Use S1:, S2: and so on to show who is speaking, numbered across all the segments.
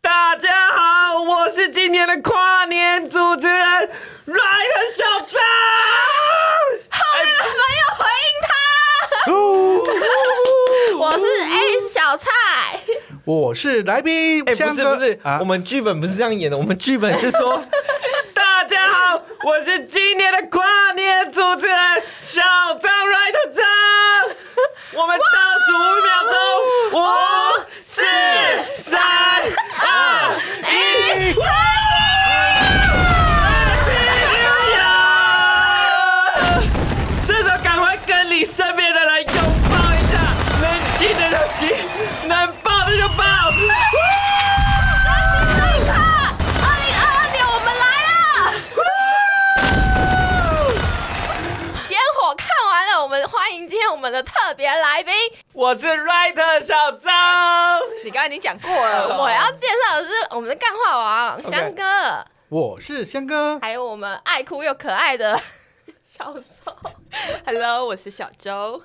S1: 大家好，我是今年的跨年主持人 Ryan 小张。哎后面的朋友回应他。
S2: 我是 Alice 小菜，
S3: 我是来宾，
S1: 哎、
S3: 香
S1: 不是
S3: 哥
S1: 不是，
S3: 啊
S1: 我们剧本不是这样演的，我们剧本是说， 大家好，我是今年的跨年主持人小张 Right 张，我们倒数五秒钟，五、四、三、二、一。这时候赶快跟你身边的人拥抱一下，能亲的就亲，能抱的就抱。
S2: 你看，二零二二年我们来了，烟火看完了，我们欢迎今天我们的特别来宾。
S1: 我是 Right 小张，
S4: 你刚才已经讲过了，
S2: 我要介绍的是我们的干话王
S1: OK
S2: 香哥，
S3: 我是香哥，
S2: 还有我们爱哭又可爱的小周。
S4: Hello，我是小周。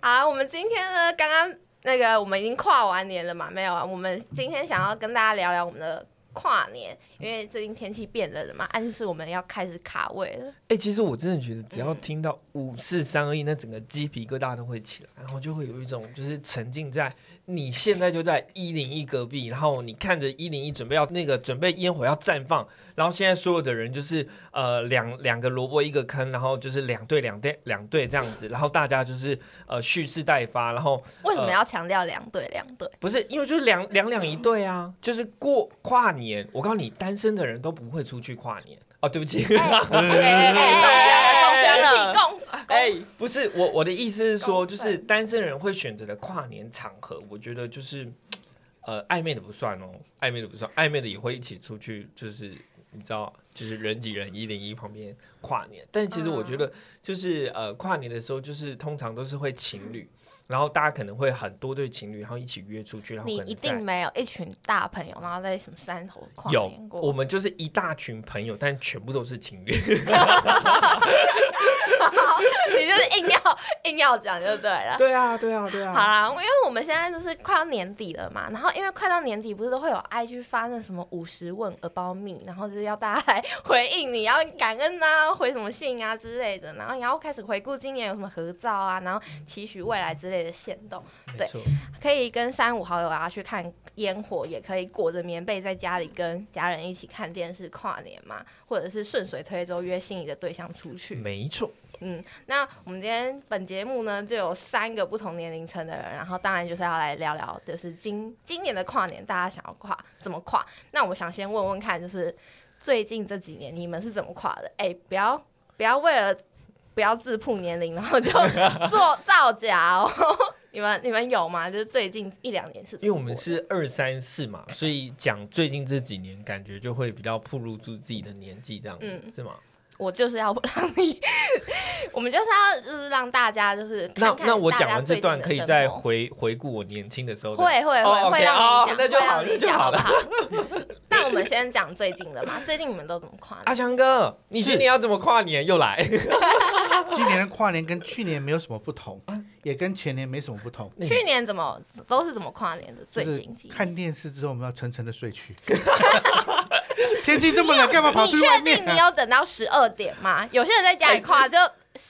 S2: 好，我们今天呢，刚刚那个我们已经跨完年了嘛，没有啊？我们今天想要跟大家聊聊我们的跨年，因为最近天气变冷了嘛，暗示我们要开始卡位了。
S1: 哎、其实我真的觉得，只
S2: 嗯
S1: 要听到五四三二一，那整个鸡皮疙瘩都会起来，然后就会有一种就是沉浸在你现在就在一零一隔壁，然后你看着一零一准备要那个准备烟火要绽放，然后现在所有的人就是呃两两个萝卜一个坑，然后就是两队两队两队这样子，然后大家就是呃蓄势待发，然后
S2: 为什么
S1: 呃
S2: 要强调两对两对？
S1: 不是，因为就是两两两一对啊，就是过跨年。我告诉你，单身的人都不会出去跨年。哦，对不起，
S4: 哎
S2: 哎一
S4: 哎
S2: 起共
S4: 哎，
S1: 不是我我的意思是说，
S2: 公分
S1: 就是单身人会选择的跨年场合，我觉得就是，呃，暧昧的不算哦，暧昧的不算，暧昧的也会一起出去，就是你知道，就是人挤人一零一旁边跨年。但其实我觉得，就是呃，跨年的时候，就是通常都是会情侣，然后大家可能会很多对情侣，然后一起约出去，然后
S2: 你
S1: 可能
S2: 一
S1: 在
S2: 定没有一群大朋友，然后在什么山头跨
S1: 有
S2: 年，过？
S1: 我们就是一大群朋友，但全部都是情 侣。
S2: 你就是硬要硬要讲就对了。
S1: 对啊，对啊，对
S2: 好。啦，因为我们现在就是快到年底了嘛，然后因为快到年底，不是都会有 IG 发那什么五十问 about me，然后就是要大家来回应你要感恩啊，回什么信啊之类的，然后你要开始回顾今年有什么合照啊，然后期许未来之类的行动，
S1: 没错，
S2: 可以跟三五好友啊去看烟火，也可以裹着棉被在家里跟家人一起看电视跨年嘛，或者是顺水推舟约心仪的对象出去。
S1: 没错。
S2: 嗯，那我们今天本节目呢，就有三个不同年龄层的人，然后当然就是要来聊聊，就是今今年的跨年，大家想要跨怎么跨？那我想先问问看，就是最近这几年你们是怎么跨的？哎、不要不要为了不要自曝年龄，然后就做造假哦。 你们你们有吗？就是最近一两年是怎么
S1: 因为我们
S2: 过的
S1: 是二三四嘛，所以讲最近这几年，感觉就会比较暴露出自己的年纪这样子，
S2: 嗯
S1: 是吗？
S2: 我就是要让你， 我们就是要就是让大家就是看
S1: 那
S2: 看
S1: 那我
S2: 大
S1: 讲
S2: 家
S1: 完这
S2: 最近
S1: 段，
S2: 的
S1: 可以
S2: 生
S1: 再
S2: 活
S1: 回回顾我年轻的时候的。
S2: 会会会
S1: 哦
S2: 会
S1: OK，
S2: 让你
S1: 哦
S2: 讲，
S1: 那就
S2: 会
S1: 好
S2: 让你
S1: 那就
S2: 讲
S1: 好
S2: 不好？那我们先讲最近的嘛，最近你们都怎么跨
S1: 阿
S2: 年？
S1: 强哥，你今年要怎么跨年？又 来？
S3: 今年的跨年跟去年没有什么不同，
S1: 啊
S3: 也跟前年没什么不同。
S2: 去年怎么都是怎么跨年的？最
S3: 就是
S2: 近几年
S3: 看电视之后，我们要沉沉的睡去。天气这么冷，干嘛跑
S2: 你
S3: 出去外
S2: 确
S3: 面
S2: 定
S3: 啊、
S2: 你有等到十二点吗？有些人在家里跨就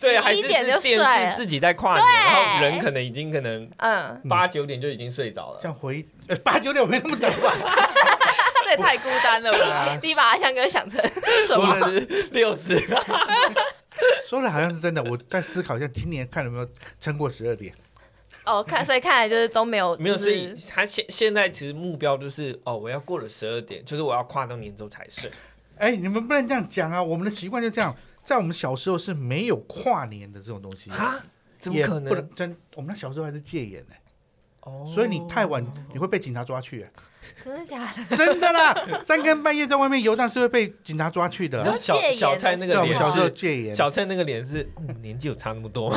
S1: 对，
S2: 十
S1: 还
S2: 一
S1: 是
S2: 点就是睡
S1: 电视
S2: 了。
S1: 自己在跨年，然后
S2: 对
S1: 人可能已经可能
S2: 嗯，
S1: 八九点就已经睡着了
S3: 这。样回呃八九点我没那么早吧？
S4: 这也太孤单了吧？
S3: 啊
S2: 你把阿翔哥 想成什
S3: 说
S2: 么？
S3: 了
S1: 是六 十，
S3: 说了好像是真的，我在思考一下，今年看有没有撑过十二点。
S2: 哦，看所以看来就是都没有，
S1: 没有，
S2: 就
S1: 所以
S2: 是
S1: 他现现在其实目标就是哦，我要过了十二点，就是我要跨到年之后才睡。
S3: 哎、你们不能这样讲啊！我们的习惯就这样，在我们小时候是没有跨年的这种东西的
S1: 啊？怎么
S3: 也
S1: 可能？
S3: 不能真，我们那小时候还是戒严呢、
S1: 哦
S3: 所以你太晚你会被警察抓去、
S2: 真的假的？
S3: 真的啦， 三更半夜在外面游荡是会被警察抓去
S1: 你
S3: 的
S1: 知。道小
S2: 戒严
S1: 小蔡那
S3: 对，
S1: 个
S3: 我们
S1: 脸
S3: 啊小时候
S1: 是
S3: 戒严，
S1: 小蔡那个脸是、嗯、年纪有差那么多吗？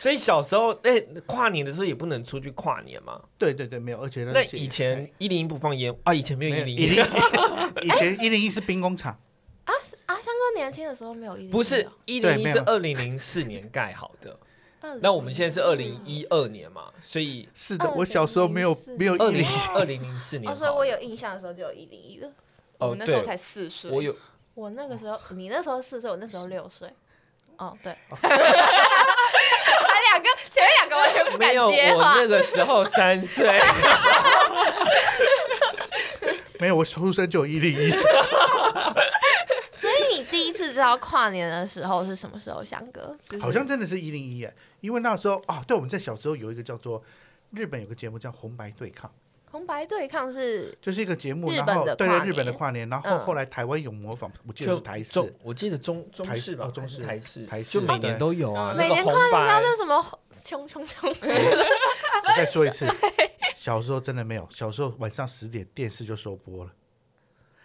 S1: 所以小时候，哎、跨年的时候也不能出去跨年嘛。
S3: 对对对，没有，而且
S1: 那
S3: 是戒严
S1: 以前一零一不放烟啊，以前没有
S3: 没
S1: 一
S3: 有
S1: 零
S3: 一
S1: 一，
S3: 零一， 以前一零一是兵工厂，
S2: 阿翔哥年轻的时候没有一 啊
S1: 不是一零
S3: 对
S1: 一
S3: 没有
S1: 是二零零四年盖好的，那我们现在是二零一二年嘛，所 以
S3: 是的，我小时候没有
S2: 2004
S3: 没有
S1: 二
S3: 毅
S1: 零
S3: 力，
S1: 二零零四年
S2: 哦，
S1: 好了，
S2: 所以我有印象的时候就有一零一了。
S4: 我
S1: 哦
S4: 们那时候
S1: 对
S4: 才四岁，
S1: 我有
S2: 我那个时候，你那时候四岁，我那时候六岁。哦，对，他两个前面两个完全不敢
S1: 没有？
S2: 接
S1: 我
S2: 话，
S1: 那个时候三岁，
S3: 没有我出生就有毅力。
S2: 所以你第一次知道跨年的时候是什么时候？翔哥，就是
S3: 好像真的是一零一哎，因为那时候啊，对，我们在小时候有一个叫做日本有个节目叫红白对抗，
S2: 红白对抗是
S3: 就是一个节目，
S2: 日
S3: 然
S2: 本
S3: 后
S2: 的
S3: 对
S2: 跨
S3: 对
S2: 年
S3: 日本的跨年，然后
S2: 嗯
S3: 后来台湾有模仿，我记得
S1: 就是
S3: 台
S1: 中
S3: 式，，
S1: 我记得中中
S3: 台
S1: 式吧，
S3: 哦中式
S1: 还是台
S3: 台
S1: 式，就
S3: 式
S1: 每年都有啊。那
S4: 对
S2: 嗯每
S1: 个
S2: 年
S1: 红
S2: 跨年
S1: 白
S2: 到那什么冲冲冲，
S3: 我再说一次，小时候真的没有，小时候晚上十点电视就收播了，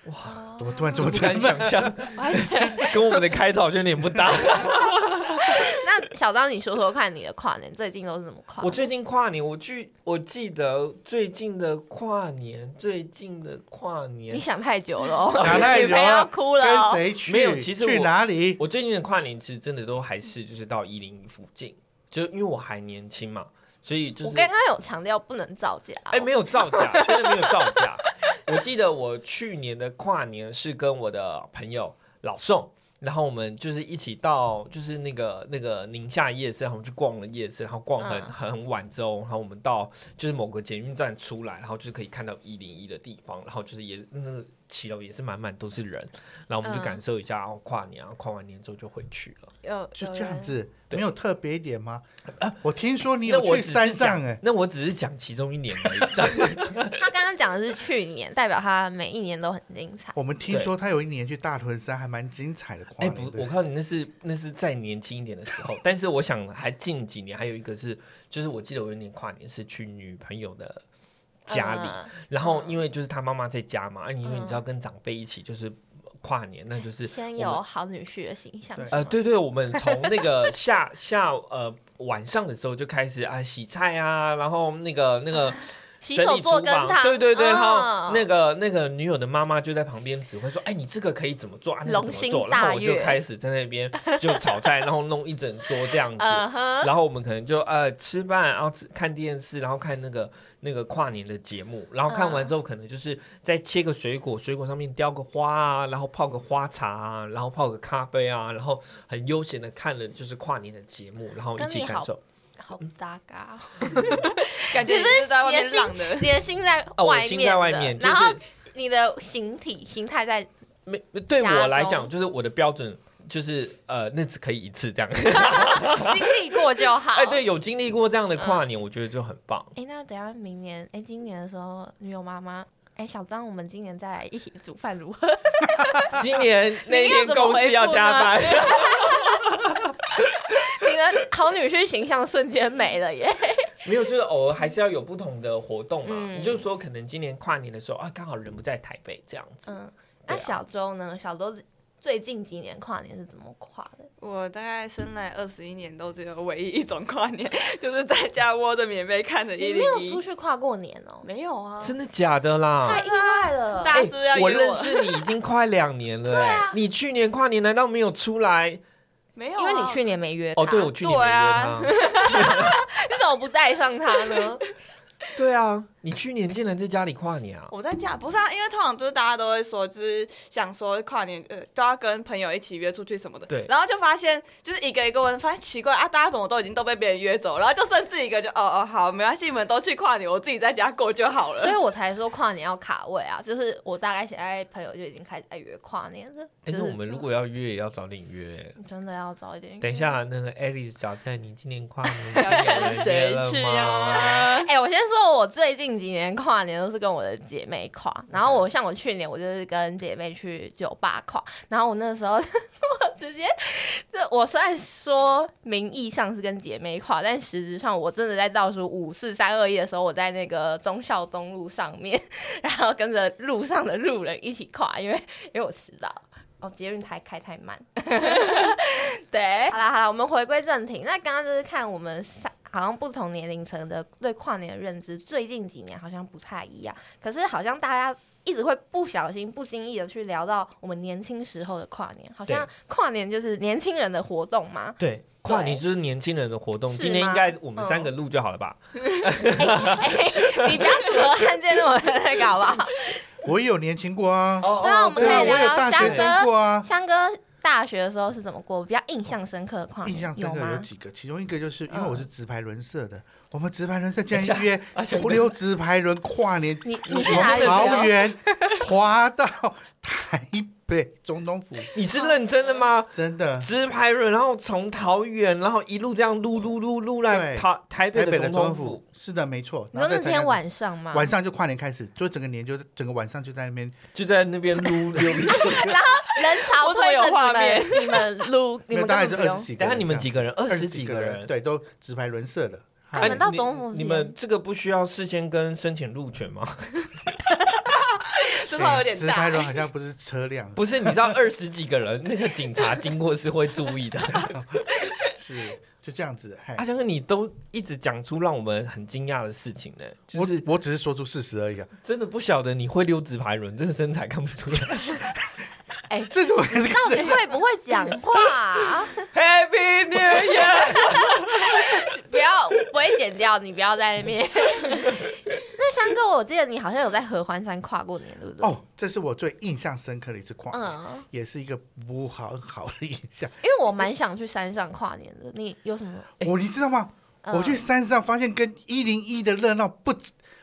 S3: 哇，怎么突然这么
S1: 不敢
S3: 沉
S1: 想
S3: 闷？
S1: 象，
S2: 哎
S1: 跟我们的开头好像有点不搭。
S2: 那小张，你说说看你的跨年最近都是怎么跨？
S1: 我最近跨年，我去，我记得最近的跨年，最近的跨
S2: 你
S1: 年，
S2: 想太久了哦，
S3: 哪太
S2: 女
S3: 久
S2: 朋友要
S3: 了？
S2: 哭了
S3: 跟
S2: 哦。
S3: 谁去？
S1: 没有其实
S3: 去
S1: 我
S3: 哪里？
S1: 我最近的跨年其实真的都还是就是到一零附近，就因为我还年轻嘛，所以就
S2: 我
S1: 是
S2: 刚刚有强调不能造假哦，
S1: 哎、没有造假， 真的没有造假。我记得我去年的跨年是跟我的朋友老宋，然后我们就是一起到就是那个那个宁夏夜市，然后我们去逛了夜市，然后逛很、
S2: 嗯
S1: 很晚之后，然后我们到就是某个捷运站出来，然后就是可以看到一零一的地方，然后就是也那个骑楼也是满满都是人，然后我们就
S2: 嗯
S1: 感受一下，然后跨年，然啊后跨完年之后就回去了。
S2: 有
S3: 就
S2: 有
S3: 这样
S2: 人
S3: 子，
S1: 对啊
S3: 没有特别一点吗？我听说你
S1: 那
S3: 有
S1: 我
S3: 去
S1: 只是
S3: 山
S1: 讲
S3: 上哎，
S1: 那我只是讲其中一年而已，但
S2: 他刚刚讲的是去年，代表他每一年都很精彩。
S3: 我们听说他有一年去大屯山，还蛮精彩的跨
S1: 哎、
S3: 年。
S1: 不
S3: 对，
S1: 我
S3: 对
S1: 告诉你，那是那是再年轻一点的时候，但是我想还近几年还有一个是，就是我记得我有一年跨年是去女朋友的家里，
S2: 嗯
S1: 然后因为就是她妈妈在家嘛，啊，因为
S2: 嗯
S1: 你知道跟长辈一起就是跨年，那就是
S2: 先
S1: 我
S2: 有
S1: 们
S2: 好女婿的形象
S3: 对，
S1: 呃，
S2: 是吗，
S1: 对对，我们从那个下下呃晚上的时候就开始啊洗菜啊，然后那个那个
S2: 洗
S1: 整
S2: 手
S1: 理
S2: 做
S1: 厨
S2: 羹
S1: 房
S2: 汤，
S1: 对对对，
S2: 嗯
S1: 然后那个那个女友的妈妈就在旁边指挥说：“哎，你这个可以怎么做啊？那个
S2: 龙
S1: 怎么
S2: 心
S1: 做？”然
S2: 大
S1: 后我就
S2: 悦
S1: 开始在那边就炒 菜，然后弄一整桌这样子。
S2: 嗯哼，
S1: 然后我们可能就呃吃饭，然后吃看电视，然后看那个那个跨年的节目，然后看
S2: 嗯
S1: 完之后可能就是再切个水果，水果上面雕个花啊，然后泡个花茶啊，然后泡个咖啡啊，然后很悠闲的看了就是跨年的节目，然后一
S2: 跟
S1: 起
S2: 你
S1: 感
S2: 好
S1: 受。
S2: 好
S1: 嗯
S2: 搭嘎哦。
S4: 感觉
S2: 你
S4: 你
S2: 是
S4: 是在外
S2: 你的
S4: 面
S2: 心
S4: 浪的，
S2: 你的心在
S1: 哦我
S2: 外
S1: 的
S2: 面
S1: 心
S2: 的，
S1: 在外面就是
S2: 然后你的形体形 态在，
S1: 没对
S2: 加
S1: 我来讲，
S2: 重
S1: 就是我的标准就是呃，那只可以一次 这样。
S2: 经历过就好。
S1: 哎，对，有经历过这样的跨年，我觉得就很 棒。
S2: 哎，那等一下明年，哎，今年的时候，女友妈妈，哎，小张，我们今年再来一起煮饭如何？
S1: 今年那一天公司要加班，
S2: 你的好女婿形象瞬间没 了耶。
S1: 没有，就是偶尔还是要有不同的活动嘛。
S2: 嗯
S1: 你就说可能今年跨年的时候啊，刚好人不在台北这样子。
S2: 嗯，
S1: 对
S2: 那
S1: 啊
S2: 小周呢？小周最近几年跨年是怎么跨的？
S4: 我大概生来二十一年都只有唯一一种跨年，就是在家窝着棉被看着一
S2: 你没有
S4: 零
S2: 出
S4: 一，
S2: 去跨过年哦，
S4: 没有啊，
S1: 真的假的啦
S2: 太？意外了。
S4: 大家是不是要
S1: 哎
S4: 约
S1: 我
S4: 我啊
S1: 认识你已经快两年 了、哎、你去年跨年难道没有出来？
S4: 没有啊，
S2: 因为你去年没约他，
S1: 哦，对，我去年没约
S4: 对
S1: 他
S4: 啊。
S2: 你怎么不带上他呢？
S1: 对啊，你去年竟然在家里跨年啊？
S4: 我在家不是啊，因为通常就是大家都会说，就是想说跨年呃都要跟朋友一起约出去什么的，
S1: 对
S4: 然后就发现就是一个一个问，发现奇怪啊，大家怎么都已经都被别人约走，然后就剩自己一个就哦哦好，没关系，你们都去跨年，我自己在家过就好了。
S2: 所以我才说跨年要卡位啊，就是我大概现在朋友就已经开始在约跨年了，
S1: 哎、
S2: 就是
S1: 那我们如果要约，也要早点约、哎
S2: 真的要早一 点。
S1: 等一，下，那个 Alice 早在你今年跨年
S4: 要
S1: 有
S4: 跟
S1: 人约
S4: 谁
S1: 了
S4: 去
S1: 吗？
S4: 啊？
S2: 哎、我先说，我最近几年跨年都是跟我的姐妹跨，然后我像我去年我就是跟姐妹去酒吧跨，然后我那时候 我直接，这我虽然说名义上是跟姐妹跨，但实质上我真的在倒数五四三二一的时候，我在那个忠孝东路上面， 然后跟着路上的路人一起跨，因为因为我迟到。哦，捷运台开太慢。对，好啦好啦，我们回归正题。那刚刚就是看我们三，好像不同年龄层的对跨年的认知，最近几年好像不太一样。可是好像大家一直会不小心、不经意的去聊到我们年轻时候的跨年，好像
S1: 对
S2: 跨年就是年轻人的活动嘛。
S1: 对，跨年就是年轻人的活动，
S2: 是
S1: 今天
S2: 吗
S1: 应该我们三个录就好了吧？
S2: 哎、哎你不要组合案件那么那个好不 好？
S3: 我也有年轻过啊，
S1: 哦
S2: 对啊我们
S3: 对
S2: 可
S3: 啊，
S2: 以
S3: 我
S2: 聊
S3: 也
S2: 聊
S3: 大
S2: 香
S3: 学
S2: 哥
S3: 生过啊。
S2: 香哥大学的时候是怎么过？比较印象深刻的
S1: 嗯
S2: 跨年
S3: 印象深刻有
S2: 吗？
S3: 几个，其中一个就是因为
S2: 嗯
S3: 我是直排轮社的，我们直排轮社竟
S1: 等一
S3: 然约溜直排轮跨年，
S2: 你你是
S3: 从
S2: 哪里
S3: 桃
S2: 的？
S3: 园滑到台北总统府，
S1: 你是认真的吗？
S3: 真的
S1: 直排轮，然后从桃园，然后一路这样撸撸撸撸来
S3: 对
S1: 台台北
S3: 台北
S1: 的
S3: 的
S1: 总
S3: 总统
S1: 统
S3: 府
S1: 府。，
S3: 是的，没错。
S2: 你
S3: 然
S2: 说那
S3: 后再参加
S2: 天晚上吗？
S3: 晚上就跨年开始，就整个年就整个晚上就在那边
S1: 就在那
S3: 嗯
S1: 边撸溜。
S2: 人潮
S4: 我怎
S2: 推
S4: 么有
S2: 着你
S4: 画
S2: 们，你们撸，你
S3: 没
S2: 们
S3: 有大概
S2: 根
S3: 是
S2: 本不
S3: 二
S2: 用
S3: 十。几
S1: 等
S3: 个人这样，
S1: 下你们几个人？二
S3: 二
S1: 十
S3: 十
S1: 几
S3: 个
S1: 个人。
S3: 对，都直排轮社的。
S2: 啊
S1: 哎
S2: 你们到
S1: 你
S2: 总统府
S1: 你
S2: 之
S1: 们
S2: 前
S1: 这个不需要事先跟申请入权吗？
S4: 这套有
S3: 哎
S4: 点
S3: 直
S4: 大
S3: 排。轮好像不是车辆，
S1: 不是，你知道二十几个人，那个警察经过是会注 意的。
S3: 是就这样子。嘿
S1: 阿强哥，你都一直讲出让我们很惊讶的事情呢，就
S3: 我
S1: 是
S3: 我只是说出事实而已啊，
S1: 真的不晓得你会溜直排轮，这个身材看不出来。
S3: 这种
S2: 到底会不会讲话啊？
S1: Happy New Year！
S2: 不要，我不会剪掉，你不要在那边。 那香哥，我记得你好像有在合欢山跨过年，对不对？
S3: 哦，这是我最印象深刻的一次跨年，
S2: 嗯，
S3: 也是一个不好好的印象。
S2: 因为我蛮想去山上跨年的。你有什么？
S3: 我哦你知道吗？
S2: 嗯
S3: 我去山上发现跟一零一的热闹不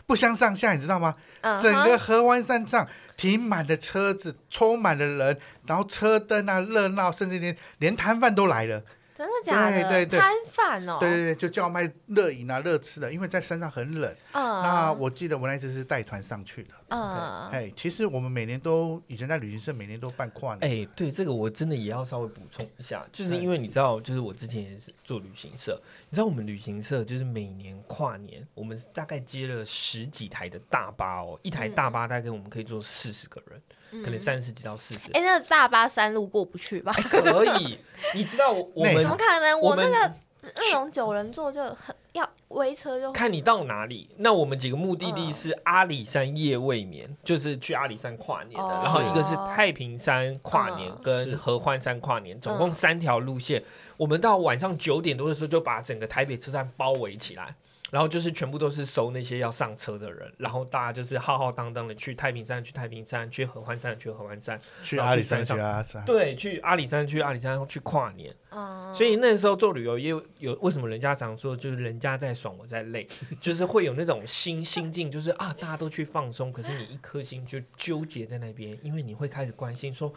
S3: 不相上下，你知道吗？
S2: 嗯
S3: 整个
S2: 哼
S3: 河湾山上停满了车子，充满了人，然后车灯啊热闹，甚至连连摊贩都来了。
S2: 真的假的？
S3: 对对对
S2: 摊贩哦，
S3: 对对对，就叫卖热饮啊、热吃的，因为在山上很冷。
S2: 嗯，
S3: 那我记得我那一次是带团上去的。
S2: 嗯，
S3: 哎，其实我们每年都以前在旅行社每年都办跨
S1: 哎、
S3: 年，
S1: 对这个我真的也要稍微补充一下，就是
S3: 哎
S1: 因为你知道，就是我之前也是做旅行社，你知道我们旅行社就是每年跨年，我们大概接了十几台的大巴哦，一台大巴大概我们可以坐四十个人，
S2: 嗯
S1: 可能三十几到四十、
S2: 哎，那个大巴山路过不去 吧？
S1: 可以。你知道我我
S3: 内
S1: 们
S2: 怎么可能？
S1: 我
S2: 我那
S1: 们
S2: 个那种九人座就很要围车就
S1: 看你到哪里。那我们几个目的地是阿里山夜未眠，就是去阿里山跨年的，
S2: 哦
S1: 然后一个是太平山跨年
S2: 嗯
S1: 跟合欢山跨年，总共三条路线。我们到晚上九点多的时候就把整个台北车站包围起来。然后就是全部都是收那些要上车的人，然后大家就是浩浩荡荡的去太平山，去太平山，去合欢山，去合欢山，
S3: 去
S1: 然后
S3: 阿
S1: 去
S3: 里山
S1: 山上
S3: 去阿里山，
S1: 对，去阿里山，去阿里山去跨年。
S2: 嗯，
S1: 所以那时候做旅游业有为什么人家常说就是人家在爽我在 累，就是会有那种心心境，就是啊大家都去放松，可是你一颗心就纠结在那边，因为你会开始关心说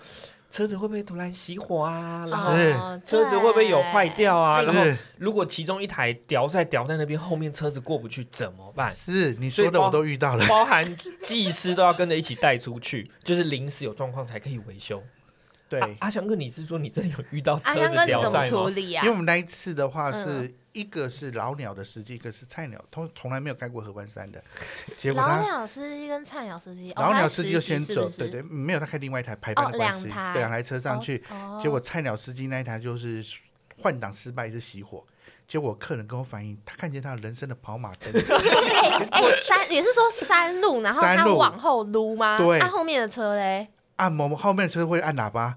S1: 车子会不会突然熄火啊，然后
S3: 是
S2: 哦
S1: 车子会不会有坏掉啊，
S3: 是
S1: 然后如果其中一台掉在掉在那边，后面车子过不去怎么办？
S3: 是你
S1: 所以
S3: 说的
S1: 包
S3: 我都遇到了。
S1: 包含技师都要跟着一起带出去，就是临时有状况才可以维修。
S3: 对，
S1: 啊阿翔哥，你是说你真的有遇到
S2: 阿
S1: 车
S2: 香
S1: 子
S2: 啊哥你
S1: 掉
S2: 怎么
S1: 在
S2: 处
S1: 吗？
S2: 理
S3: 因
S2: 啊
S3: 为？我们那一次的话
S2: 嗯
S3: 是一个是老鸟的司机，一个是菜鸟，从从来没有开过合欢山的，结果
S2: 老
S3: 他。
S2: 鸟哦司机跟菜鸟司机，哦
S3: 老
S2: 他
S3: 鸟
S2: 是
S3: 司机
S2: 实
S3: 就
S2: 习
S3: 先
S2: 是
S3: 走，
S2: 不是
S3: 对对，没有他开另外一台排班
S2: 哦
S3: 的关
S2: 两
S3: 系，
S2: 台
S3: 对，两台车上去，
S2: 哦
S3: 结果菜鸟司机那一台就是换挡失败，是熄火。结果客人跟我反映，他看见他人生的跑马 灯，
S2: 哎哎，山你是说山路，然后
S3: 山
S2: 他
S3: 路
S2: 往后撸吗？啊
S3: 对
S2: 那后面的车嘞？
S3: 按摩后面的车会按喇叭，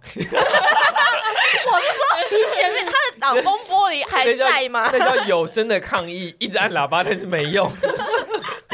S2: 我是说前面他的挡风玻璃还
S1: 那叫
S2: 在 吗？
S1: 那叫有声的抗议，一直按喇叭，但是没 用。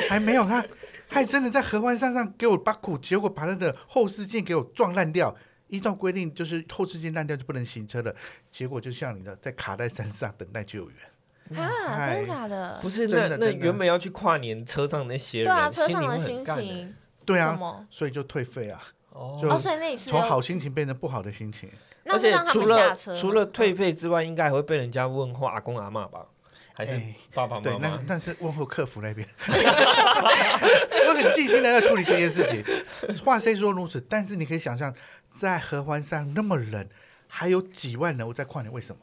S3: 还没有他，还真的在合欢山上给我把苦，结果把他的后视镜给我撞烂掉。依照规定，就是后视镜烂掉就不能行车了。结果就像你的，在卡在山上等待救援。
S2: 啊，
S3: 嗨
S2: 真的假的
S1: 不？是，
S3: 真
S1: 那
S3: 的
S1: 那
S3: 真的
S1: 原本要去跨年车上那些
S2: 对
S1: 人，
S2: 啊，车
S1: 心里
S2: 上
S1: 会
S2: 的
S1: 很
S2: 心
S1: 干的。
S2: 情
S3: 对
S2: 什
S3: 啊，
S2: 么？
S3: 所以就退费啊，就
S1: 哦
S2: 哦，所以那一次
S3: 从
S2: 就
S3: 好心情变成不好的心情。
S2: 那
S1: 而
S2: 是
S1: 且
S2: 让他
S1: 除
S2: 们下
S1: 了
S2: 车吗，嗯
S1: 除了退费之外，应该还会被人家问候阿公阿嬷吧？还是
S3: 哎
S1: 爸爸
S3: 对
S1: 妈，妈
S3: 那？但是问候客服那边， 我很尽心的在处理这件事情。话虽说如此，但是你可以想象，在合欢山那么冷，还有几万人我在跨年，为什么？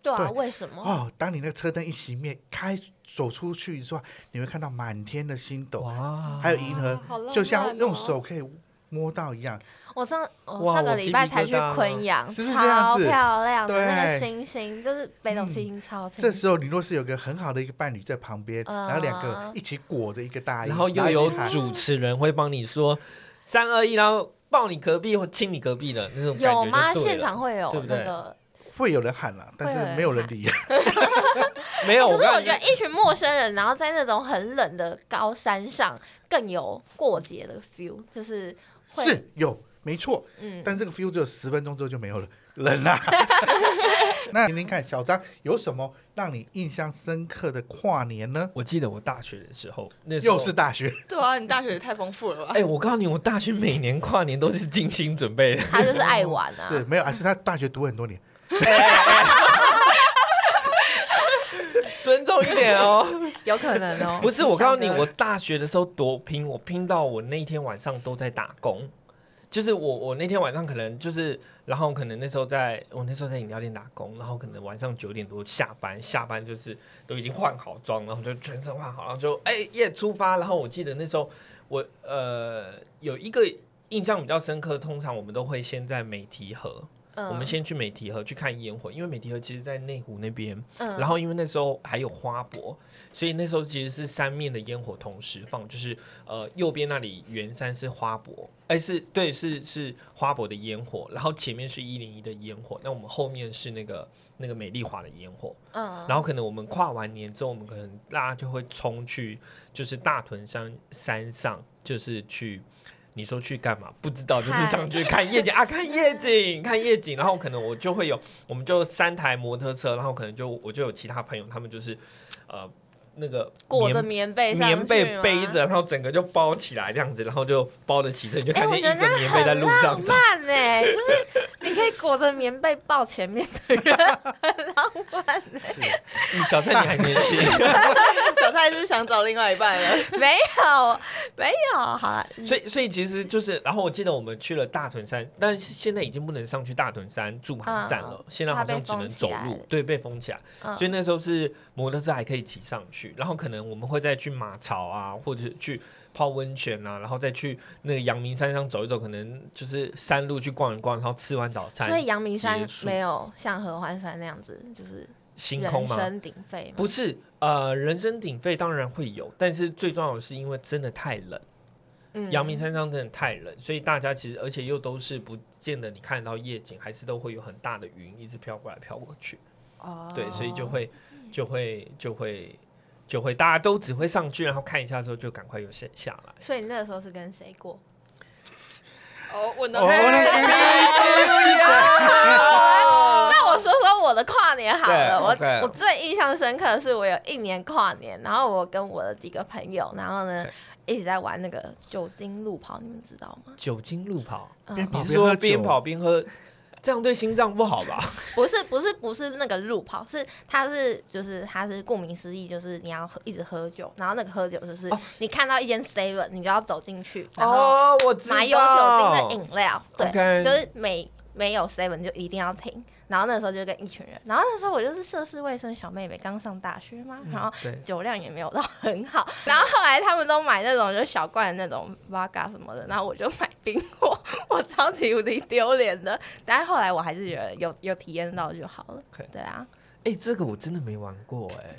S2: 对啊，
S3: 对
S2: 为什么？
S3: 哦，当你那个车灯一熄灭，开走出去之后，你会看到满天的星斗，
S1: 哇
S3: 还有银河
S4: 好浪漫，哦
S3: 就像用手可以摸到一样。
S2: 我上我
S1: 哇
S2: 上个
S1: 我
S2: 礼
S1: 鸡
S2: 拜
S1: 皮
S2: 才
S1: 疙
S2: 去
S1: 瘩
S2: 昆阳，
S3: 是不是这样
S2: 超
S3: 子
S2: 漂亮的那
S3: 对
S2: 个星星，就是北
S1: 嗯
S2: 斗七星超漂
S3: 这
S2: 亮。
S3: 时候你若是有个很好的一个伴侣在旁边，
S2: 嗯
S3: 然后两个一起裹着一个大衣，
S1: 然后又
S3: 一起
S1: 有
S3: 喊
S1: 主持人会帮你说三二一，然后抱你隔壁或亲你隔壁的那种感觉
S2: 有吗？
S1: 就对
S2: 现
S1: 了
S2: 场会有
S1: 对不
S2: 那
S1: 对
S2: 个，
S3: 会有人喊了，但是没有人理。
S1: 没有？
S2: 哎哦可是我
S1: 感
S2: 觉得一群陌生人，然后在那种很冷的高山上，更有过节的 feel，就是会
S3: 是有没错，
S2: 嗯，
S3: 但这个 feel 只有十分钟之后就没有了，冷啦、那您看小张有什么让你印象深刻的跨年呢？
S1: 我记得我大学的时候，那时候
S3: 又是大学，
S4: 对啊，你大学也太丰富了吧
S1: 哎、？我告诉你，我大学每年跨年都是精心准备的。
S2: 他就是爱玩啊。
S3: 是没有，而是他大学读很多年。
S1: 尊重一点哦，
S2: 有可能哦
S1: 不是我告诉你，我大学的时候多拼，我拼到我那一天晚上都在打工，就是我我那天晚上可能就是，然后可能那时候在我那时候在饮料店打工，然后可能晚上九点多下班，下班就是都已经换好妆，然后就全身换好，然后就哎耶、出发，然后我记得那时候我呃有一个印象比较深刻，通常我们都会先在美提河，
S2: 嗯
S1: 我们先去美提河去看烟火，因为美提河其实在内湖那边。
S2: 嗯
S1: 然后因为那时候还有花博，所以那时候其实是三面的烟火同时放，就是呃右边那里圆山是花博，哎、是对是是花博的烟火，然后前面是一零一的烟火，那我们后面是那个那个美丽华的烟火，
S2: 嗯，
S1: 然后可能我们跨完年之后，我们可能大家就会冲去就是大屯山山上，就是去。你说去干嘛？不知道，就是
S2: 嗨
S1: 上去看夜景啊，看夜景，看夜景。然后可能我就会有，我们就三台摩托车，然后可能就我就有其他朋友，他们就是呃那个
S2: 裹着
S1: 棉
S2: 棉被上去
S1: 棉被
S2: 吗
S1: 背着，然后整个就包起来这样子，然后就包得起身，你就
S2: 哎，
S1: 看
S2: 我
S1: 见
S2: 觉得
S1: 一个
S2: 那
S1: 棉被在
S2: 很
S1: 路
S2: 浪
S1: 上走。
S2: 漫哎、就是你可以裹着棉被抱前面的人，很浪漫。
S1: 嗯小蔡，你还年轻，
S4: 小蔡是不是想找另外一半了，
S2: 没有，没有，好了，
S1: 所以，所以其实就是，然后我记得我们去了大屯山，但是现在已经不能上去大屯山驻航站了，现在好像只能走
S2: 啊它被封起来
S1: 路
S2: 了，
S1: 对，被封起来。
S2: 嗯
S1: 所以那时候是摩托车还可以骑上去，然后可能我们会再去马槽啊，或者去泡温泉啊，然后再去那个阳明山上走一走，可能就是山路去逛一逛，然后吃完早餐。
S2: 所以阳明山
S1: 结束
S2: 没有像合欢山那样子，就是
S1: 星空
S2: 人
S1: 吗？
S2: 声鼎沸嘛。
S1: 不是，呃，人声鼎沸当然会有，但是最重要的是因为真的太冷。
S2: 嗯
S1: 阳明山上真的太冷，所以大家其实而且又都是不见得你看得到夜景，还是都会有很大的云一直飘过来飘过去，
S2: 哦
S1: 对，所以就会就会就会就会大家都只会上去，然后看一下之后就赶快又下下来。
S2: 所以你那个时候是跟谁过？
S4: 哦，问到
S3: 哦那个
S2: 哦那我说说我的跨年好了，
S1: 对
S2: 我
S1: OK
S2: 我最印象深刻的是我有一年跨年，然后我跟我的几个朋友，然后呢
S1: OK
S2: 一起在玩那个酒精路跑，你们知道吗？
S1: 酒精路跑，
S3: 边
S2: 嗯，
S3: 跑
S1: 你是
S3: 边喝
S1: 说
S3: 酒
S1: 边跑边喝，这样对心脏不好吧？
S2: 不是不是不是那个路跑，是它是就是它是顾名思义，就是你要喝一直喝酒，然后那个喝酒就是、你看到一间 seven，你就要走进去，然后
S1: 哦，我知道，
S2: 买有酒精的哎饮料，对
S1: OK
S2: 就是每没有 seven 就一定要停。然后那时候就跟一群人，然后那时候我就是涉世未深小妹妹，刚上大学嘛，
S1: 嗯
S2: 然后
S1: 对
S2: 酒量也没有到很好，然后后来他们都买那种就是小罐的那种 vodka 什么的，然后我就买冰火，我超级无敌丢脸的。但是后来我还是觉得有有体验到就好了。
S1: OK
S2: 对啊，
S1: 哎、这个我真的没玩过哎、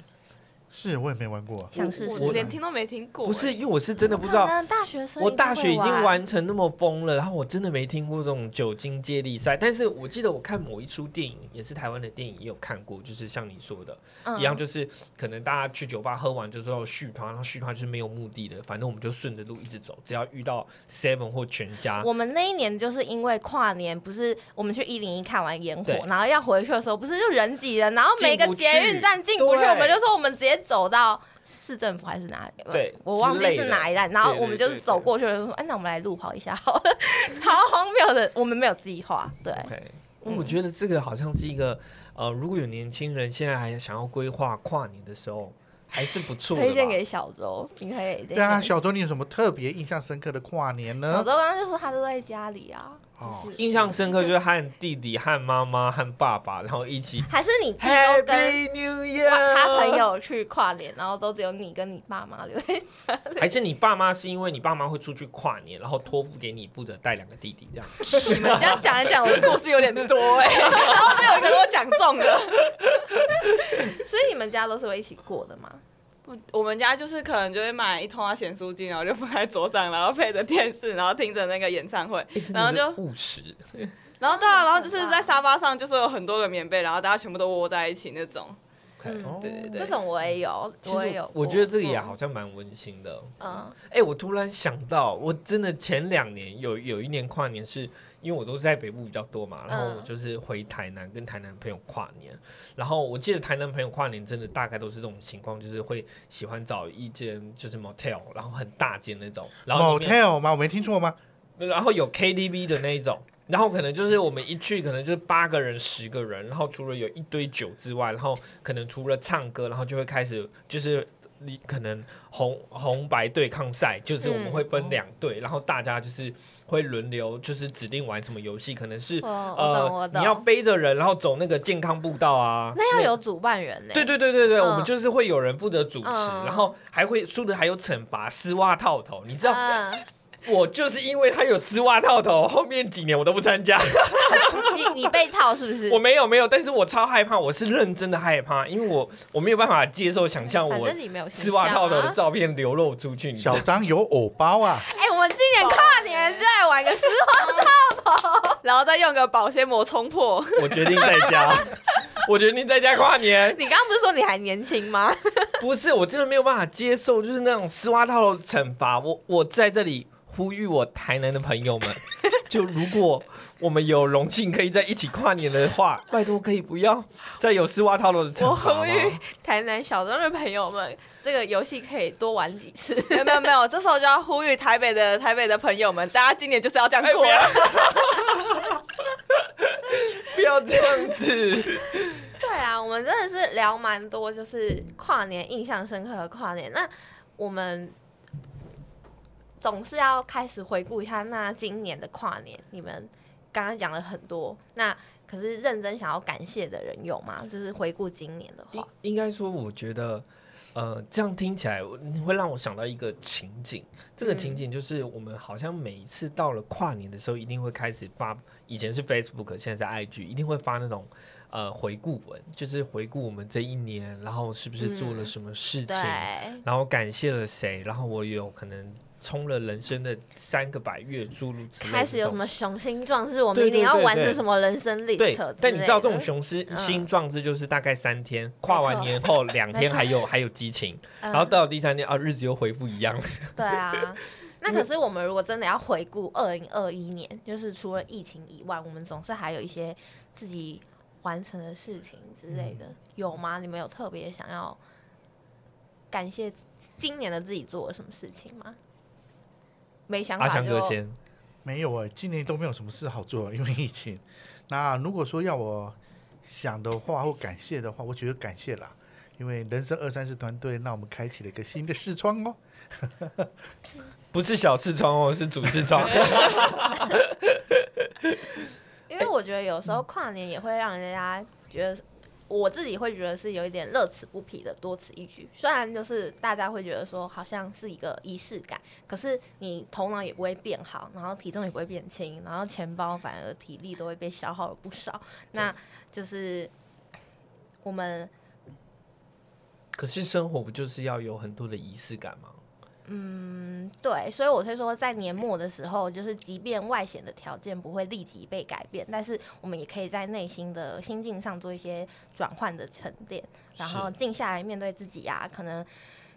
S3: 是我也没玩过啊、
S2: 想试
S4: 我
S2: 试。
S4: 我连听都没听过。
S1: 不是，
S4: 哎，
S1: 因为我是真的不知
S2: 可
S1: 道。
S2: 能大学生
S1: 我大学已
S2: 一定
S1: 经
S2: 会
S1: 玩成那么疯了，然后我真的没听过这种酒精接力赛。但是我记得我看某一出电影，也是台湾的电影，也有看过，就是像你说的、
S2: 嗯
S1: 一样，，就是可能大家去酒吧喝完之后续团，然后续团就是没有目的的，反正我们就顺着路一直走，只要遇到 Seven 或全家
S2: 嗯。我们那一年就是因为跨年，不是我们去一零一看完烟火
S1: 对，
S2: 然后要回去的时候，不是就人挤人，然后每个
S1: 进不去
S2: 捷运站进不去，
S1: 对
S2: 我们就说我们直接走到市政府还是哪里吧，
S1: 对
S2: 我忘
S1: 之
S2: 记
S1: 类的
S2: 是哪一站，然后
S1: 对对
S2: 我们就是走过去，就说，哎，那我们来路跑一下好了， 超荒谬的，我们没有计划，对，
S1: OK，我
S2: 嗯
S1: 觉得这个好像是一个呃，如果有年轻人现在还想要规划跨年的时候，还是不错的吧。
S2: 推荐给小周，你可以
S3: 对啊，小周，你有什么特别印象深刻的跨年
S2: 小
S3: 呢
S2: 周？刚刚就说他都在家里啊，
S3: 哦
S2: 就是
S1: 嗯印象深刻就是和弟弟、和妈妈、和爸爸，然后一起
S2: 还是你弟都跟
S1: Happy New
S2: 哇
S1: Year，
S2: 他朋友有去跨年，然后都只有你跟你爸妈留在
S1: 还是你爸妈是因为你爸妈会出去跨年，然后托付给你负责带两个弟弟这样？
S4: 你们这样讲一讲，我的故事有点多哎、然后没有一个给我讲中的。
S2: 所以你们家都是会一起过的吗？
S4: 我们家就是可能就会买一通啊咸酥鸡，然后就放在桌上，然后配着电视，然后听着那个演唱会，
S1: 哎
S4: 然后就
S1: 务实，
S4: 然后对啊，然后就是在沙发上就是有很多个棉被，然后大家全部都窝在一起那种。
S3: 哦
S4: 对对对
S2: 这种我也有，
S1: 嗯其
S2: 也
S1: 实
S2: 有过。
S1: 我觉得这个也好像蛮温馨的。
S2: 嗯，
S1: 哎、我突然想到，我真的前两年有有一年跨年是，因为我都在北部比较多嘛，然后我就是回台南跟台南朋友跨年，然后我记得台南朋友跨年真的大概都是这种情况，就是会喜欢找一间就是 motel，然后很大间那种，然后里面
S3: ，motel 吗？我没听错吗？
S1: 然后有 KTV 的那一种。然后可能就是我们一去，可能就是八个人、十个人，然后除了有一堆酒之外，然后可能除了唱歌，然后就会开始就是你可能红红白对抗赛，就是我们会分两队，然后大家就是会轮流，就是指定玩什么游戏，可能是
S2: 哦，我懂，我
S1: 呃你要
S2: 懂。
S1: 背着人，然后走那个健康步道啊，
S2: 那要有主办人呢、
S1: 对对对对对，
S2: 嗯
S1: 我们就是会有人负责主持，
S2: 嗯
S1: 然后还会输的还有惩罚，丝袜套头，你知道
S2: 嗯，
S1: 我就是因为他有丝袜套头，后面几年我都不参加。
S2: 你你被套是不是？
S1: 我没有没有，但是我超害怕，我是认真的害怕，因为我我没有办法接受想象
S2: 反
S1: 我
S2: 正你啊没有
S1: 丝袜套头
S2: 的
S1: 的。照片流露出去。你知道
S3: 小张有偶包啊，
S2: 哎、我们今年跨年就来玩个丝袜，
S4: 然后再用个保鲜膜冲破。
S1: 我决定在家，我决定在家跨年。
S2: 你刚刚不是说你还年 轻吗？
S1: 不是，我真的没有办法接受，就是那种丝袜套的惩罚。我我在这里呼吁我台南的朋友 们，就如果我们有荣幸可以在一起跨年的话，拜托可以不要再有丝袜套头的惩
S2: 我
S1: 罚
S2: 呼
S1: 吗？
S2: 吁台南小张的朋友们，这个游戏可以多玩几次。
S4: 没有没有没有，这时候就要呼吁台北的台北的朋友们，大家今年就是要这样过。
S1: 哎不要这样子。
S2: 对啊，我们真的是聊蛮多，就是跨年印象深刻的跨年。那我们总是要开始回顾一下，那今年的跨年，你们刚刚讲了很多，那可是认真想要感谢的人有吗？就是回顾今年的
S1: 应
S2: 话，
S1: 应该说，我觉得，呃，这样听起来我会让我想到一个情景。这
S2: 嗯
S1: 个情景就是，我们好像每一次到了跨年的时候，一定会开始发，以前是 Facebook，现在是 IG，一定会发那种呃回顾文，就是回顾我们这一年，然后是不是做了什么事情，
S2: 嗯对，
S1: 然后感谢了谁，然后我有可能冲了人生的三个百月，诸如此类。
S2: 开始有什？么雄心壮志，我
S1: 对
S2: 们
S1: 对
S2: 一定要
S1: 对
S2: 完
S1: 对
S2: 成什么人生历
S1: 对
S2: 程。，
S1: 但你知道这种雄狮
S2: 嗯
S1: 新壮志就是大概三天，跨完年后两
S2: 没
S1: 天
S2: 错
S1: 还有还有激情，
S2: 嗯，
S1: 然后到了第三天啊，日子又恢复一样。
S2: 对啊，那可是我们如果真的要回顾二零二一年，就是除了疫情以外，我们总是还有一些自己完成的事情之类
S1: 嗯
S2: 的，有吗？你们有特别想要感谢今年的自己做了什么事情吗？没想法
S1: 阿
S2: 就
S1: 强哥先，
S3: 没有哎、今年都没有什么事好做，因为疫情。那如果说要我想的话或感谢的话，我觉得感谢啦，因为人生二三十团队让我们开启了一个新的视窗哦。
S1: 不是小视窗哦，是主视 窗。
S2: 因为我觉得有时候跨年也会让人家觉得，我自己会觉得是有一点乐此不疲的多此一举。虽然就是大家会觉得说好像是一个仪式感，可是你头脑也不会变好，然后体重也不会变轻，然后钱包反而体力都会被消耗了不少。那就是我们
S1: 可是生活不就是要有很多的仪式感吗？
S2: 对，所以我才说，在年末的时候，就是即便外显的条件不会立即被改变，但是我们也可以在内心的心境上做一些转换的沉淀，然后
S1: 是
S2: 静下来面对自己啊，可能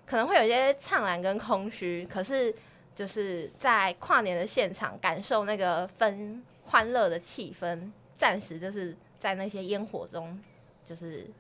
S2: 可能会有一些怅然跟空虚，可是就是在跨年的现场感受那个氛欢乐的气氛，暂时就是在那些烟火中，就是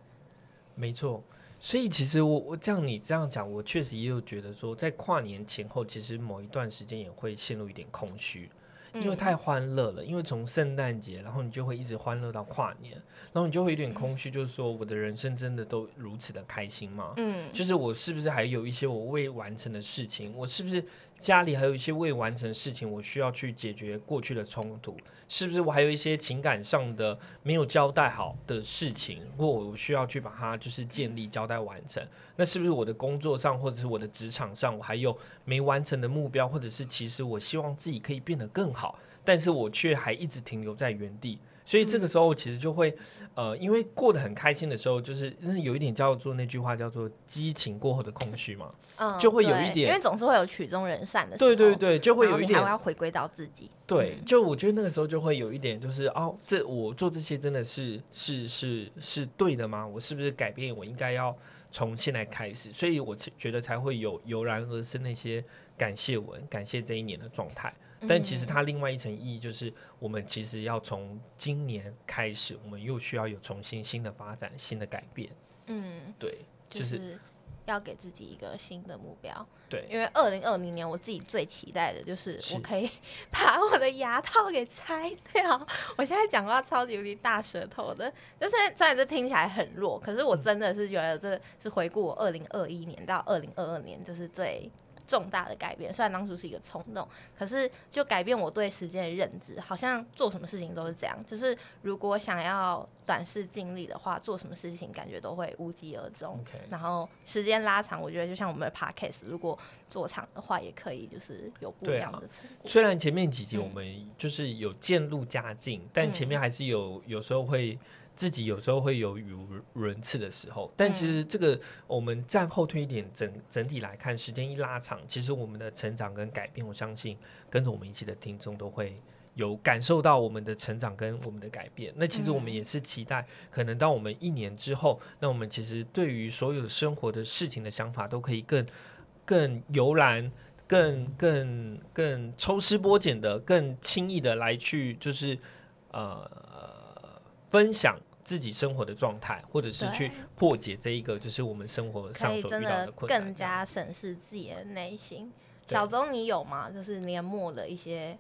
S1: 没错，所以其实我我这样你这样讲，我确实也有觉得说，在跨年前后，其实某一段时间也会陷入一点空虚，因为
S2: 嗯
S1: 太欢乐了。因为从圣诞节，然后你就会一直欢乐到跨年，然后你就会有点空虚，就是说我的人生真的都如此的开心吗？
S2: 嗯，
S1: 就是我是不是还有一些我未完成的事情？我是不是家里还有一些未完成的事情，我需要去解决过去的冲突？是不是我还有一些情感上的没有交代好的事情，或我需要去把它就是建立交代完成？那是不是我的工作上或者是我的职场上，我还有没完成的目标，或者是其实我希望自己可以变得更好，但是我却还一直停留在原地？所以这个时候其实就会呃，因为过得很开心的时候，就是那有一点叫做那句话叫做“激情过后的空虚”嘛。
S2: 嗯
S1: 就会有
S2: 对
S1: 一点
S2: 因为总是会有曲终人散的时候，
S1: 对对对，就会
S2: 然
S1: 有
S2: 后
S1: 一
S2: 你还
S1: 点
S2: 会要嗯回归到自己，
S1: 对，就我觉得那个时候就会有一点，就是哦，这我做这些真的是是是是对的吗？我是不是改变？我应该要从现在开始，所以我才觉得才会有油然而生那些感谢文，感谢这一年的状态。
S2: 嗯
S1: 但其实它另外一层意义就是，我们其实要从今年开始，我们又需要有重新新的发展、新的改变。
S2: 嗯，
S1: 对，就
S2: 就是是要给自己一个新的目标。
S1: 对，
S2: 因为二零二零年我自己最期待的就是
S1: 是
S2: 我可以 把我的牙套给拆掉。我现在讲话超级无敌大舌头的，就是虽然这听起来很弱，可是我真的是觉得这是回顾我二零二一年到二零二二年，就是最。重大的改变，虽然当初是一个冲动，可是就改变我对时间的认知，好像做什么事情都是这样。就是如果想要短视尽力的话，做什么事情感觉都会无疾而终。
S1: OK，
S2: 然后时间拉长，我觉得就像我们的 podcast，如果做长的话，也可以就是有不一
S1: 对
S2: 样
S1: 啊
S2: 的成果。
S1: 虽然前面几集
S2: 嗯
S1: 我们就是有渐入佳境，但前面还是有有时候会自己有时候会有语无伦次的时候。但其实这个我们站后推一点，整整体来看，时间一拉长，其实我们的成长跟改变，我相信跟着我们一起的听众都会。有感受到我们的成长跟我们的改变，那其实我们也是期待，可能当我们一年之后，那我们其实对于所有生活的事情的想法都可以更更悠然、更更更抽丝剥茧的、更轻易的来去，就是呃分享自己生活的状态，或者是去
S2: 对
S1: 破解这一个就是我们生活
S2: 可
S1: 上
S2: 以
S1: 所
S2: 真
S1: 遇到
S2: 的
S1: 困难。
S2: 更加审视自己的内心。
S1: 对
S2: 小周，你有吗？就是年末的一些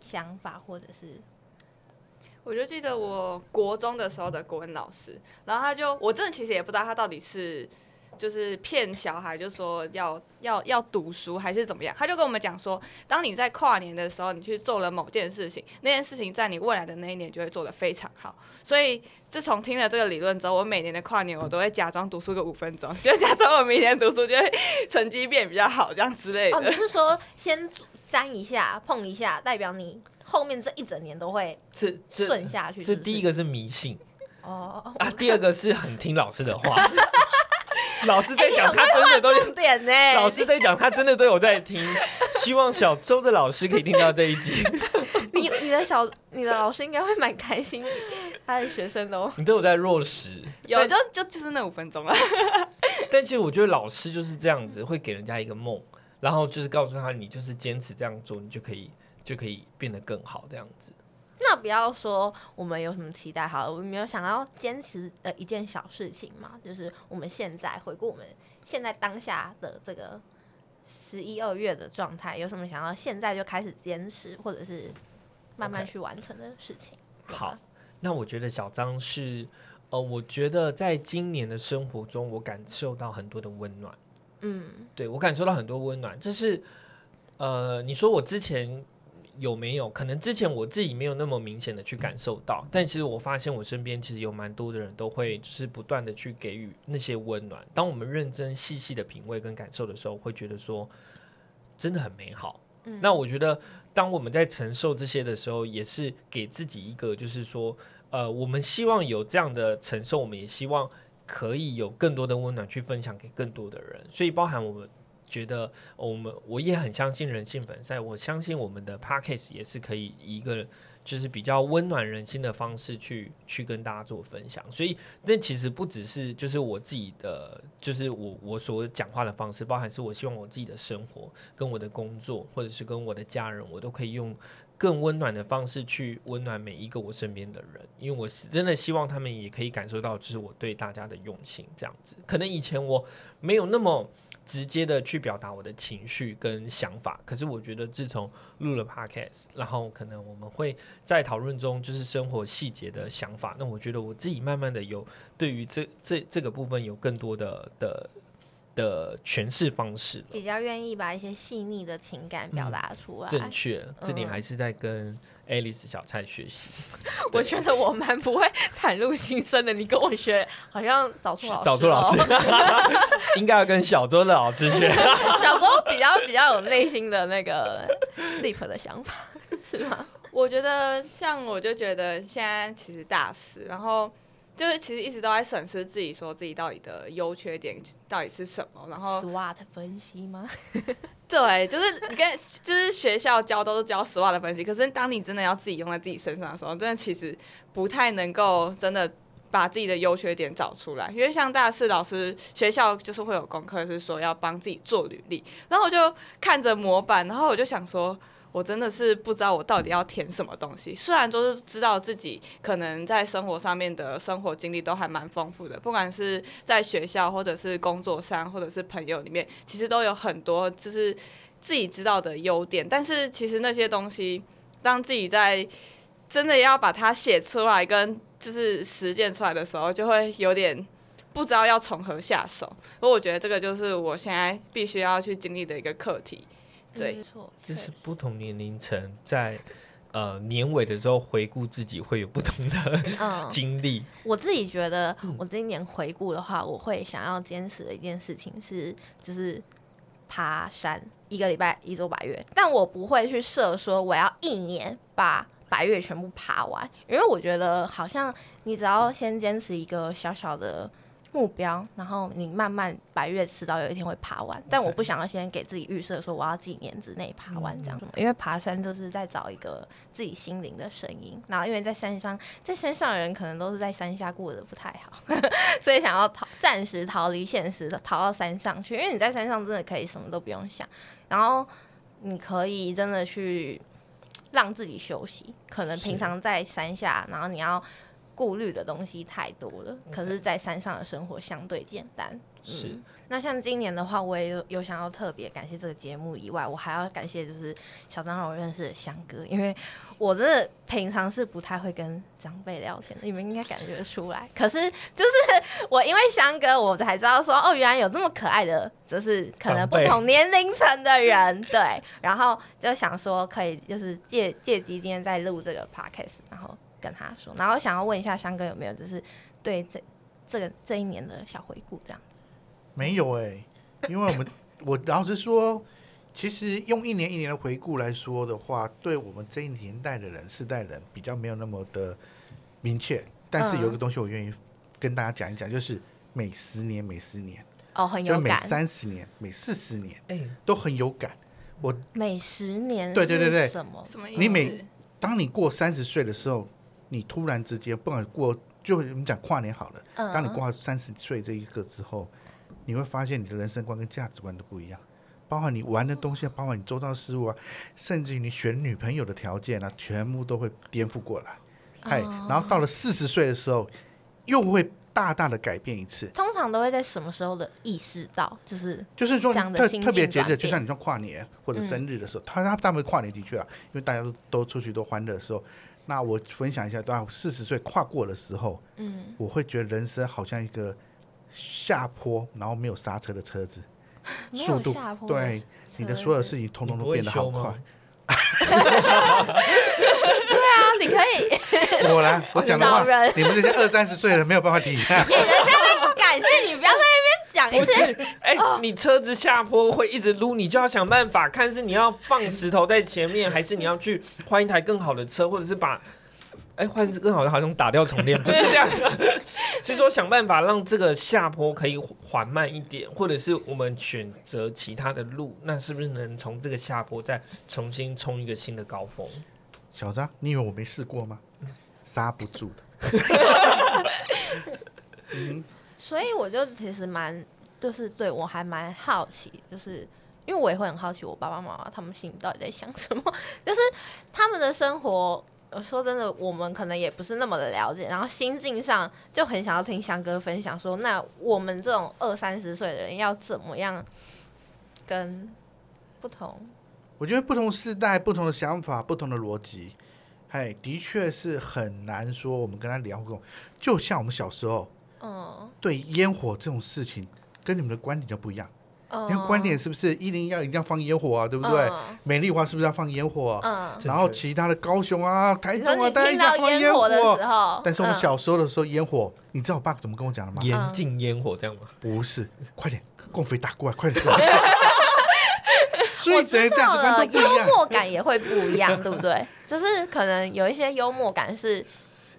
S2: 想法，或者是
S4: 我就记得我国中的时候的国文老师，然后他就我真的其实也不知道他到底是就是骗小孩，就说要要要读书还是怎么样，他就跟我们讲说，当你在跨年的时候，你去做了某件事情，那件事情在你未来的那一年就会做得非常好。所以自从听了这个理论之后，我每年的跨年我都会假装读书个五分钟，就假装我明年读书就会成绩变比较好这样之类
S2: 哦，你
S4: 的。
S2: 是说先沾一下、碰一下，代表你后面这一整年都会
S1: 这这
S2: 顺下去
S1: 这第一
S2: 个
S1: 个是迷信
S2: 哦，哦
S1: 啊，第二个是很听老师的 话，老师在
S2: 哎你
S1: 讲
S2: 很
S1: 他真的都有
S2: 重点呢、
S1: 老师在讲，他真的都有在听。希望小周的老师可以听到这一集。
S2: 你你的小你的老师应该会蛮开心，他的学生都
S1: 你都有在落实，
S4: 有
S1: 但
S4: 就就就是那五分 钟了。
S1: 但其实我觉得老师就是这样子，会给人家一个梦，然后就是告诉他，你就是坚持这样做，你就可以就可以变得更好这样子。
S2: 那不要说我们有什么期待好了，我们有想要坚持的一件小事情嘛？就是我们现在回顾我们现在当下的这个十一二月的状态，有什么想要现在就开始坚持，或者是慢慢
S1: OK
S2: 去完成的事情
S1: 好，那我觉得小张是，呃，我觉得在今年的生活中，我感受到很多的温暖。
S2: 嗯，
S1: 对我感受到很多温暖。这是呃，你说我之前有没有？可能之前我自己没有那么明显的去感受到，但其实我发现我身边其实有蛮多的人都会就是不断的去给予那些温暖。当我们认真细细的品味跟感受的时候，会觉得说真的很美好。
S2: 嗯
S1: 那我觉得，当我们在承受这些的时候，也是给自己一个，就是说，呃，我们希望有这样的承受，我们也希望可以有更多的温暖去分享给更多的人。所以，包含我们觉得，呃我们我也很相信人性本善，我相信我们的 p a c k a g e 也是可以以一个就是比较温暖人心的方式去去跟大家做分享。所以，那其实不只是就是我自己的，就是我我所讲话的方式，包含是我希望我自己的生活跟我的工作，或者是跟我的家人，我都可以用更温暖的方式去温暖每一个我身边的人，因为我是真的希望他们也可以感受到，就是我对大家的用心这样子。可能以前我没有那么直接的去表达我的情绪跟想法，可是我觉得自从录了 podcast，然后可能我们会在讨论中就是生活细节的想法，那我觉得我自己慢慢的有对于这这这个部分有更多的的的诠释方式了。
S2: 比较愿意把一些细腻的情感表达出来。
S1: 嗯正确，这点
S2: 嗯
S1: 还是在跟 Alice 小蔡学习。
S2: 我
S1: 对
S2: 觉得我蛮不会袒露心声的，你跟我学好像找错老师。哦
S1: 找错老师，， 应该要跟小周的老师 学。
S2: 小时候比较比较有内心的那个 leap 的想法，是吗？
S4: 我觉得像我就觉得现在其实大四，然后就是其实一直都在审视自己，说自己到底的优缺点到底是什么，然
S1: 哦
S4: 后
S2: SWOT 分析吗？
S4: 对，就是你跟就是学校教都是教实话的分析，可是当你真的要自己用在自己身上的时候，真的其实不太能够真的把自己的优缺点找出来，因为像大四老师学校就是会有功课是说要帮自己做履历，然后我就看着模板，然后我就想说。我真的是不知道我到底要填什么东西。虽然都是知道自己可能在生活上面的生活经历都还蛮丰富的，不管是在学校，或者是工作上，或者是朋友里面，其实都有很多就是自己知道的优点，但是其实那些东西，当自己在真的要把它写出来跟就是实践出来的时候，就会有点不知道要从何下手。所以我觉得这个就是我现在必须要去经历的一个课题。对
S2: 没错，
S1: 就是不同年龄层在呃年尾的时候回顾自己，会有不同的
S2: 嗯，
S1: 经历。
S2: 我自己觉得，
S1: 嗯
S2: 我今年回顾的话，我会想要坚持的一件事情是，就是爬山，一个礼拜一周百越，但我不会去设说我要一年把百越全部爬完，因为我觉得好像你只要先坚持一个小小的。目标，然后你慢慢百越迟早有一天会爬完，但我
S1: OK
S2: 不想要先给自己预设说我要几年之内爬
S1: 嗯
S2: 完这样，因为爬山就是在找一个自己心灵的声音，然后因为在山上在山上的人可能都是在山下过得不太好， 所以想要逃暂时逃离现实，逃到山上去。因为你在山上真的可以什么都不用想，然后你可以真的去让自己休息。可能
S1: 是
S2: 平常在山下，然后你要顾虑的东西太多了，可是，在山上的生活相对简单。
S1: 是
S2: 那像今年的话，我也有有想要特别感谢这个节目以外，我还要感谢就是小张让我认识的翔哥，因为我真的平常是不太会跟长辈聊天的，你们应该感觉出来。可是就是 我因为翔哥，我才知道说哦，原来有这么可爱的，就是可能
S1: 长
S2: 不
S1: 辈
S2: 同年龄层的人，对。然后就想说可以就是借借机今天在录这个 podcast，然后跟他说，然后想要问一下翔哥有没有就是对这这个这一年的小回顾这样。
S3: 没有哎、因为我们 我老实说，其实用一年一年的回顾来说的话，对我们这一年代的人、世代人比较没有那么的明确。但是有一个东西我愿意跟大家讲一讲，就是每十年、每十年，
S2: 哦，很
S3: 就是
S2: 有
S3: 每
S2: 感。
S3: 三十年、每四十年
S1: 哎、
S3: 都很有感。
S2: 每十年
S3: 对对对
S2: 是
S3: 对
S2: 什么？
S4: 什么意思？
S3: 你每当你过三十岁的时候，你突然之间，不管过就我们讲跨年好了，
S2: 嗯
S3: 当你过到三十岁这一个之后，你会发现你的人生观跟价值观都不一样，包含你玩的东西啊，包含你周遭的事物啊，甚至于你选女朋友的条件啊，全部都会颠覆过来。嗨、然后到了四十岁的时候，又会大大的改变一次。
S2: 通常都会在什么时候的意识到？就是
S3: 就是说
S2: 这样的
S3: 特
S2: 心
S3: 特别
S2: 境
S3: 节
S2: 转
S3: 日，
S2: 变嗯
S3: 就像你说跨年或者生日的时候，他他他们跨年的确啊，因为大家都都出去都欢乐的时候，那我分享一下，当我四十岁跨过的时候，嗯，我会觉得人生好像一个下坡，然后没有刹车的车子，
S2: 没
S3: 速
S2: 有
S3: 度
S2: 下坡的
S3: 对
S2: 车
S3: 你的所有事情通
S1: 你
S3: 通
S1: 不
S3: 都
S1: 会
S3: 变得好
S1: 修吗
S3: 快。？
S2: 啊，你可 以，
S3: 果然，我讲的 话
S2: 找人，
S3: 你们这些二三十岁的人没有办法体谅。
S2: 人家在感谢你，不要在那边讲一
S1: 不是
S2: 些。，
S1: 哎、你车子下坡会一直撸，你就要想办法，看是你要放石头在前面，还是你要去换一台更好的车，或者是把，哎、换一只更好的，好像打掉重练，不是这 样，是说想办法让这个下坡可以缓慢一点，或者是我们选择其他的路，那是不是能从这个下坡再重新冲一个新的高峰？
S3: 小张，你以为我没试过吗？刹不住的。
S2: 所以我就其实蛮，就是对我还蛮好奇，就是因为我也会很好奇我爸爸妈妈他们心里到底在想什么，就是他们的生活。我说真的，我们可能也不是那么的了解，然后心境上就很想要听翔哥分享说，那我们这种二三十岁的人要怎么样跟不同
S3: 我觉得不同世代、不同的想法、不同的逻辑，哎，的确是很难说我们跟他聊过。就像我们小时候
S2: 嗯
S3: 对烟火这种事情，跟你们的观点就不一样。
S2: 嗯，
S3: 你看观点是不是一零要一定要放烟火啊，对
S2: 对
S3: 不对？美丽华是不是要放烟火、啊？
S2: 嗯，
S3: 然后其他的高雄啊、台
S2: 你
S3: 中
S2: 说
S3: 啊，
S2: 你
S3: 大家一
S2: 听
S3: 定要
S2: 到
S3: 放
S2: 烟火的
S3: 火
S2: 时。候，
S3: 但是我们
S2: 嗯
S3: 小时候的时候，烟火，你知道我爸怎么跟我讲的吗？
S1: 严禁烟火这样吗？
S3: 不是，快点，共匪打过来，快点过来。所
S2: 我
S3: 以只能
S2: 知
S3: 这样
S2: 道
S3: 子，观
S2: 了，
S3: 都不一
S2: 幽
S3: 样。
S2: 默感也会不一 样，对不对？就是可能有一些幽默感是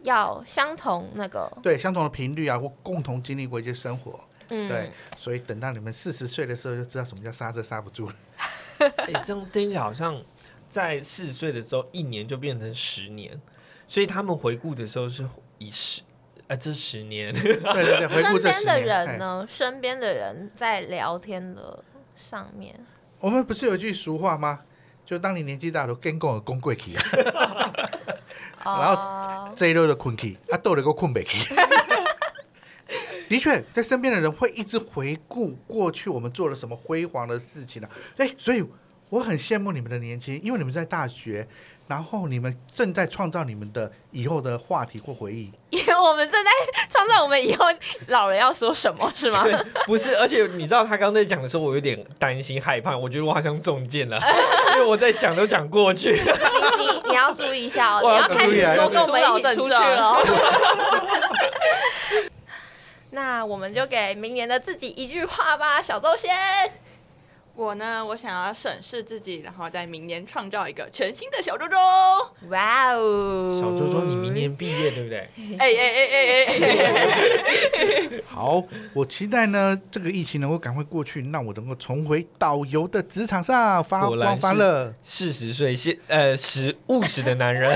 S2: 要相同那个，
S3: 对，相同的频率啊，或共同经历过一些生活，
S2: 嗯，
S3: 对，所以等到你们四十岁的时候，就知道什么叫刹车刹不住了。
S1: 哎、这样听起来好像在四十岁的时候，一年就变成十年，所以他们回顾的时候是以十，啊，这十年
S3: 对对对，回顾
S2: 身
S3: 这
S2: 边
S3: 十
S2: 的
S3: 年，
S2: 人
S3: 哎
S2: 呢，身边的人在聊天的上面，
S3: 我们不是有一句俗话吗？就当你年纪大了，跟共有公贵去啊，
S2: 哦，
S3: 这一路的困去，啊，斗了个困北去。 的确，在身边的人会一直回顾过去我们做了什么辉煌的事情啊。哎，所以我很羡慕你们的年轻，因为你们在大学，然后你们正在创造你们的以后的话题或回忆。
S2: 因为我们正在创造我们以后老人要说什么，是吗？
S1: 对，不是，而且你知道他刚才讲的时候，我有点担心害怕，我觉得我好像中箭了， 因为我在讲都讲过去，
S2: 你你你要注意一 下哦，
S1: 我
S2: 你
S1: 要
S2: 要开
S3: 注意啊
S2: 始多跟我们
S4: 要
S2: 一
S4: 注意
S2: 起出去了 哦。那我们就给明年的自己一句话吧，小周先。
S4: 我呢，我想要审视自己，然后在明年创造一个全新的小周周。
S2: 哇哦，
S1: 小周周，你明年毕业对不对？
S4: 哎哎哎哎哎哎！
S3: 好，我期待呢，这个疫情能够赶快过去，让我能够重回导游的职场上发
S1: 果然
S3: 光
S1: 是
S3: 发热。
S1: 四十岁现呃实务实的男人，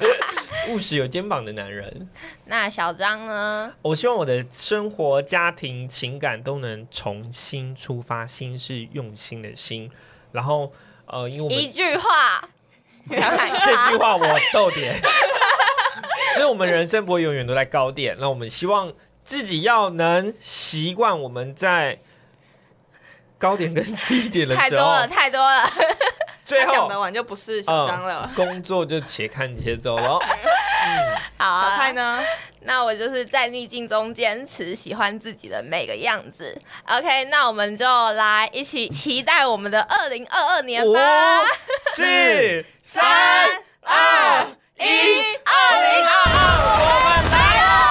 S1: 务实有肩膀的男人。
S2: 那小张呢？
S1: 我希望我的生活、家庭、情感都能重新出发，心是用心的心。然后呃，因为我们哎
S2: 一句话，不要喊
S1: 这句
S2: 他。
S1: 话我逗点， 所以我们人生不会永远都在高点。那我们希望自己要能习惯我们在高点跟低点的
S2: 太
S1: 时
S2: 多
S1: 候
S2: 了，，太多 了。
S1: 最
S4: 讲
S1: 后呃
S4: 得完就不是小张了。
S1: 工作就且看且走喽。
S2: 好、啊，
S4: 小蔡呢？
S2: 那我就是在逆境中坚持喜欢自己的每个样子。OK，那我们就来一起期待我们的二零二二年
S1: 五
S2: 吧。、
S1: 四、三、
S2: 二一，二零二二，我们来了。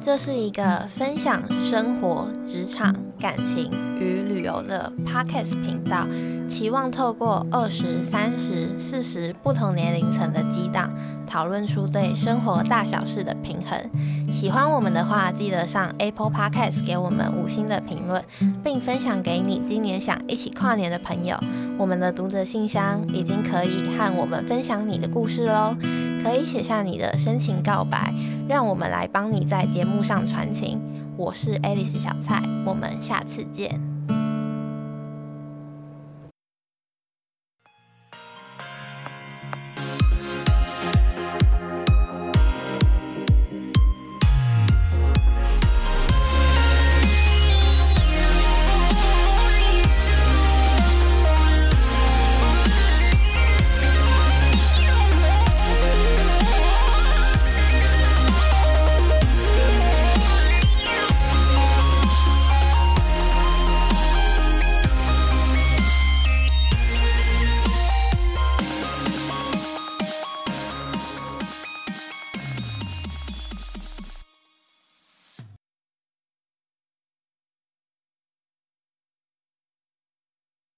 S2: 这是一个分享生活、职场、感情与旅游的 Podcast 频道，期望透过二十三十、四十不同年龄层的激荡，讨论出对生活大小事的平衡。喜欢我们的话，记得上 Apple Podcast 给我们五星的评论，并分享给你今年想一起跨年的朋友。我们的读者信箱已经可以和我们分享你的故事喽，可以写下你的深情告白，让我们来帮你在节目上传情。我是 Alice 小蔡，我们下次见。